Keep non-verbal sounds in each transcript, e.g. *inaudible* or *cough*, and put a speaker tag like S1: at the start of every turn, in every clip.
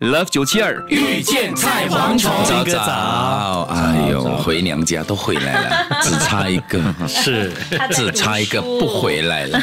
S1: Love 九七二，
S2: 遇见菜蝗虫。
S1: 早
S3: 哥
S1: 早
S3: 早，
S1: 哎呦，回娘家都回来了，
S4: *laughs*
S1: 只差一个，
S3: 是
S4: 他在
S1: 只差一个
S4: 读书
S1: 不回来
S4: *laughs*
S1: 了。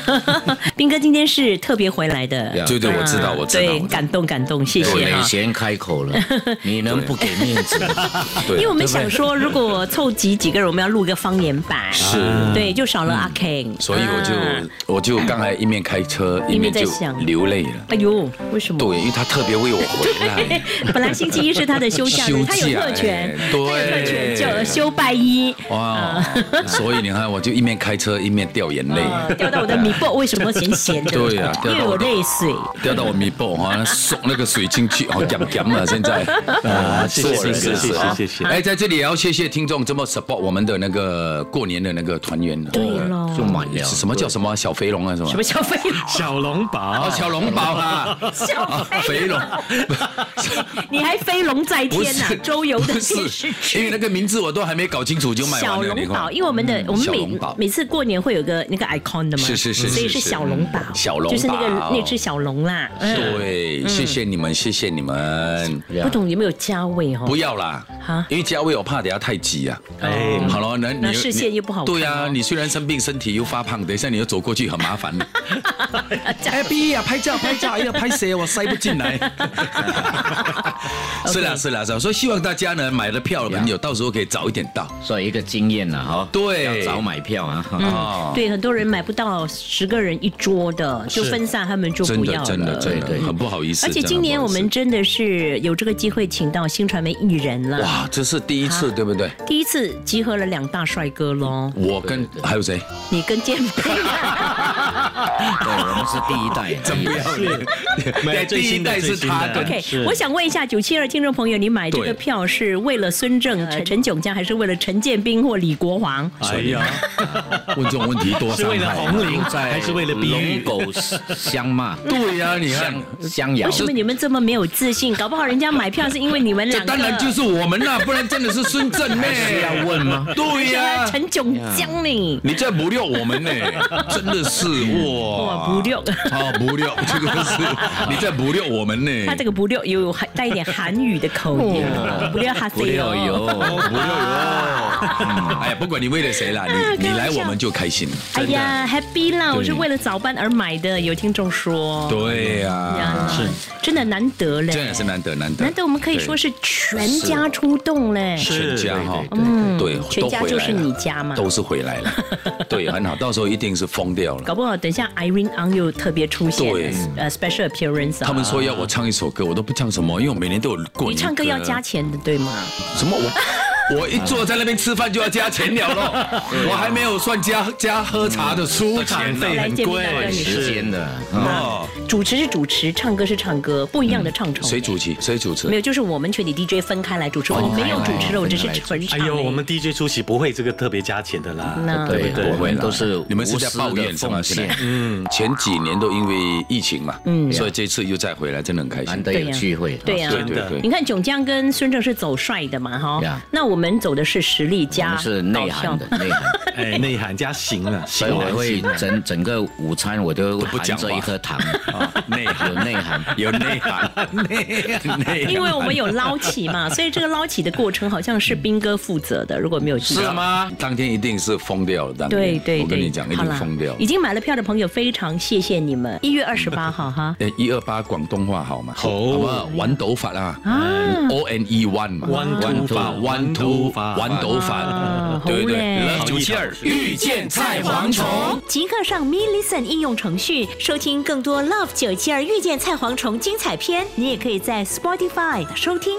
S4: 斌哥今天是特别回来的，
S1: 对对，我知道，
S4: 嗯
S1: 我知道，
S4: 对
S1: 我，知道
S4: 感动感动，谢啊
S2: 我
S4: 谢
S2: 磊
S4: 哈。
S2: 贤开口
S4: *laughs*
S2: 了，你能不给面子？
S4: 啊
S1: 啊
S4: 因为我们
S2: 对不对
S4: 想说，如果凑集几个人，我们要录个方言版，
S1: 是。嗯
S4: 对，就少了阿 Ken，
S1: 所以我就、
S4: 啊
S1: 我就刚才一面开车一
S4: 一
S1: 面
S4: 面在
S1: 就
S4: 想
S1: 流泪了。
S4: 哎呦，为什么？
S1: 对，因为他特别为我回
S4: *laughs*
S1: 来，
S4: 本来星期一是他的休假日，
S1: *laughs* 休
S4: 他有
S1: 假
S4: 特权
S1: 哎，
S4: 他有特
S1: 对
S4: 权就休啊拜一。 *laughs*
S1: 哇！所以你看，我就一面开车一面掉眼泪，
S4: 呃掉到我的米pot 为什么咸咸的？
S1: 对呀掉
S4: 因
S1: 到
S4: 为
S1: 我
S4: 有
S1: 的
S4: 泪水。
S1: 掉到我米波，好像送那个水进去，好咸咸
S4: *laughs*
S1: 啊！现在
S3: 啊，谢谢
S1: 是是
S3: 斌哥，谢
S1: 是
S3: 谢
S1: 啊
S3: 谢谢。
S1: 哎，在这里也要谢谢听众这么 support 我们的那个过年的那个团圆。哦
S4: 对喽，
S2: 就买了。
S1: 是什么叫什么小肥龙啊？什么
S4: 什么消费？
S1: *laughs*
S3: 小笼
S1: 哦，
S3: 包，
S1: 小笼包
S4: *laughs*
S1: 啦，
S4: 消
S1: 肥啊
S4: *laughs*
S1: 龙
S4: 你还飞龙在
S1: 不
S4: 天呐啊
S1: 是，
S4: 周游
S1: 不
S4: 的电视
S1: 是，
S4: 剧。
S1: 因为那个名字我都还没搞清楚就卖
S4: 小
S1: 完了。
S4: 笼
S1: 你看
S4: 宝，因为我们的、我们
S1: 嗯小笼
S4: 每
S1: 包
S4: 每次过年会有个那个 icon 的嘛，嗯
S1: 是是是
S4: 所以
S1: 是
S4: 是
S1: 是
S4: 小笼宝，
S1: 小笼啊
S4: 就是那个
S1: 宝
S4: 那只小龙啦。嗯，
S1: 对，谢谢你们，谢谢你们。
S4: 不懂有没有价位哦？
S1: 不要啦
S4: 哈，
S1: 因为价位我怕等下太急啊。
S3: 哎
S1: 嗯好了，那
S4: 那
S1: 你
S4: 视线又不好看哦
S1: 对啊，你虽然生病，身体又发胖，等一下你又走过去很麻
S4: *laughs*
S1: 烦。哎，B 呀，拍照拍照，哎呀，拍谁？我塞不进
S4: *laughs*
S1: 来。是啦是啦是啦，所以希望大家呢买了票的朋友，到时候可以早一点到。
S2: 所以一个经验了哈，
S1: 对
S2: 要早买票啊。 *laughs*
S1: 哦，
S4: 对，很多人买不到十个人一桌的，就是分散他们就
S1: 真
S4: 不
S1: 的
S4: 要
S1: 真的
S4: 了。
S1: 真
S2: 对
S1: 的
S2: 对
S1: 很不好意思。
S4: 而且
S1: 真的
S4: 今年
S1: 很
S4: 我
S1: 不好意思
S4: 们真的是有这个机会请到新传媒艺人了，
S1: 哇，这是第一次
S4: 啊
S1: 对不对？
S4: 第一次集合了两大帅哥喽，
S1: 我跟还有谁？
S4: 你跟健啊飞
S1: *laughs*
S2: 对，我们是第一代，真不要
S3: 是，没有最新的
S1: 第一代是
S3: 最新的
S1: 他跟
S4: OK，
S3: 是
S4: 我想问一下九七二听众朋友，你买这
S1: 对
S4: 个票是为了孙正、呃陈炯佳，还是为了陈建斌或李国煌？
S3: 哎呀，
S1: 问这种问题多
S3: 是
S1: 伤
S3: 为了
S1: 害啊。
S3: 红 *laughs* 领，
S2: 在
S3: 还是为了比
S2: 哎龙
S3: 喻？
S2: 狗相骂，
S1: 对呀，你看。
S2: 相相咬
S4: 为。什么你们这么没有自信？搞不好人家买票是因为你们
S1: 这
S4: 两个。
S1: 当然就是我们啦，不然真的是孙正妹。要问吗？对呀、
S4: 啊陈炯佳呢。
S1: 你在不料我们 *laughs* 呢，真的是哇！
S4: 哇不料
S1: 啊，不料这个是你在不料我们呢。
S4: 他这个不六有含带一点韩语的口音，不六哈哦
S2: 不
S4: 塞
S2: 料
S4: 哟。
S2: 有，
S1: 不料
S4: 啊
S1: 哟。哎呀，不管你为了谁啦，你你来我们就开心。
S4: 哎呀，happy 啦！
S1: 对
S4: 我是为了早班而买的，有听众说，
S1: 对呀，
S4: 呀，真的难得嘞，
S1: 真的是难得难得，
S4: 难得，我们可以说是全家出动嘞，
S1: 全家哈，对，都
S4: 嗯全家
S1: 回
S4: 就
S1: 来
S4: 是
S1: 了
S4: 你家嘛。
S1: 都是回来
S4: *laughs*
S1: 了，对，很好，到时候一定是疯掉了。
S4: 搞不好等一下 Irene Ang 又特别出现，
S1: 对
S4: 呃，special appearance 啊。
S1: 他们说要我唱一首歌，我都不唱什么，因为我每年都有过
S4: 你
S1: 年
S4: 唱歌要加钱的，对吗？
S1: 什么我 *laughs* 我一坐在那边吃饭就要加钱了咯，我还没有算加加喝茶的出
S3: 场
S1: 场呢。
S3: 费很贵，
S2: 时间的，
S1: 哦，嗯
S4: 主持是主持，唱歌是唱歌，不一样的唱
S1: 谁
S4: 虫。
S1: 主持？哦哎谁主持
S4: 没？有，就是我们全体 DJ 分开来主持，我没有主持了，我只是纯
S3: 哎
S4: 唱而已。
S3: 呦，我们 DJ 出席不会这个特别加钱的 *laughs* 啦。
S4: 那
S2: 对，
S1: 对
S2: 我们都是
S1: 你们是在抱
S2: 无
S1: 怨是
S2: 私的
S1: 吗？
S2: 奉
S1: 现在
S2: 献，
S1: 嗯，前几年都因为疫情嘛，嗯，所以这次又再回来，真的很开
S2: 难
S1: 心。
S2: 得有聚会，
S4: 对呀
S1: 对
S3: 真的
S1: 对
S4: 你
S1: 对，
S4: 看炯江跟孙正是走帅的嘛，哈
S2: Yeah。
S4: 那我们走的是实力
S2: 我
S4: 加
S2: 们是内涵的
S4: 搞笑。
S1: *laughs*
S2: 内涵。
S3: 哎，内涵加型啊，
S2: 所以
S3: 型
S2: 我
S3: 啊
S2: 会整整个午餐我都
S1: 不
S2: 含
S1: 讲话哦
S2: 着一
S1: *laughs*
S2: 颗糖，
S1: 内
S2: 有内涵。
S1: 有内涵，内涵
S4: 因为我们有捞起嘛，所以这个捞起的过程好像是斌哥负责的，如果没有记
S1: *laughs*
S4: 错。
S1: 是吗？当天一定是疯掉了，当天
S4: 对对对，
S1: 我跟你讲，一
S4: 好
S1: 定
S4: 啦
S1: 疯掉了，
S4: 已。经买了票的朋友，非常谢谢你们。一月二十八号哈
S1: 诶，一二八广东话好嘛？
S3: 好
S1: 好嘛，玩斗法啦，O
S4: 啊
S1: N E one 嘛
S3: 玩斗法
S1: 玩斗法，
S3: 玩
S1: 玩斗法
S4: 啊，
S1: 对对
S4: 好嘞
S1: 对，九七二遇见菜蝗虫。
S5: 即刻上 Me Listen 应用程序收听更多 Love 九七二遇见菜蝗虫精彩片。你也可以在 Spotify 收听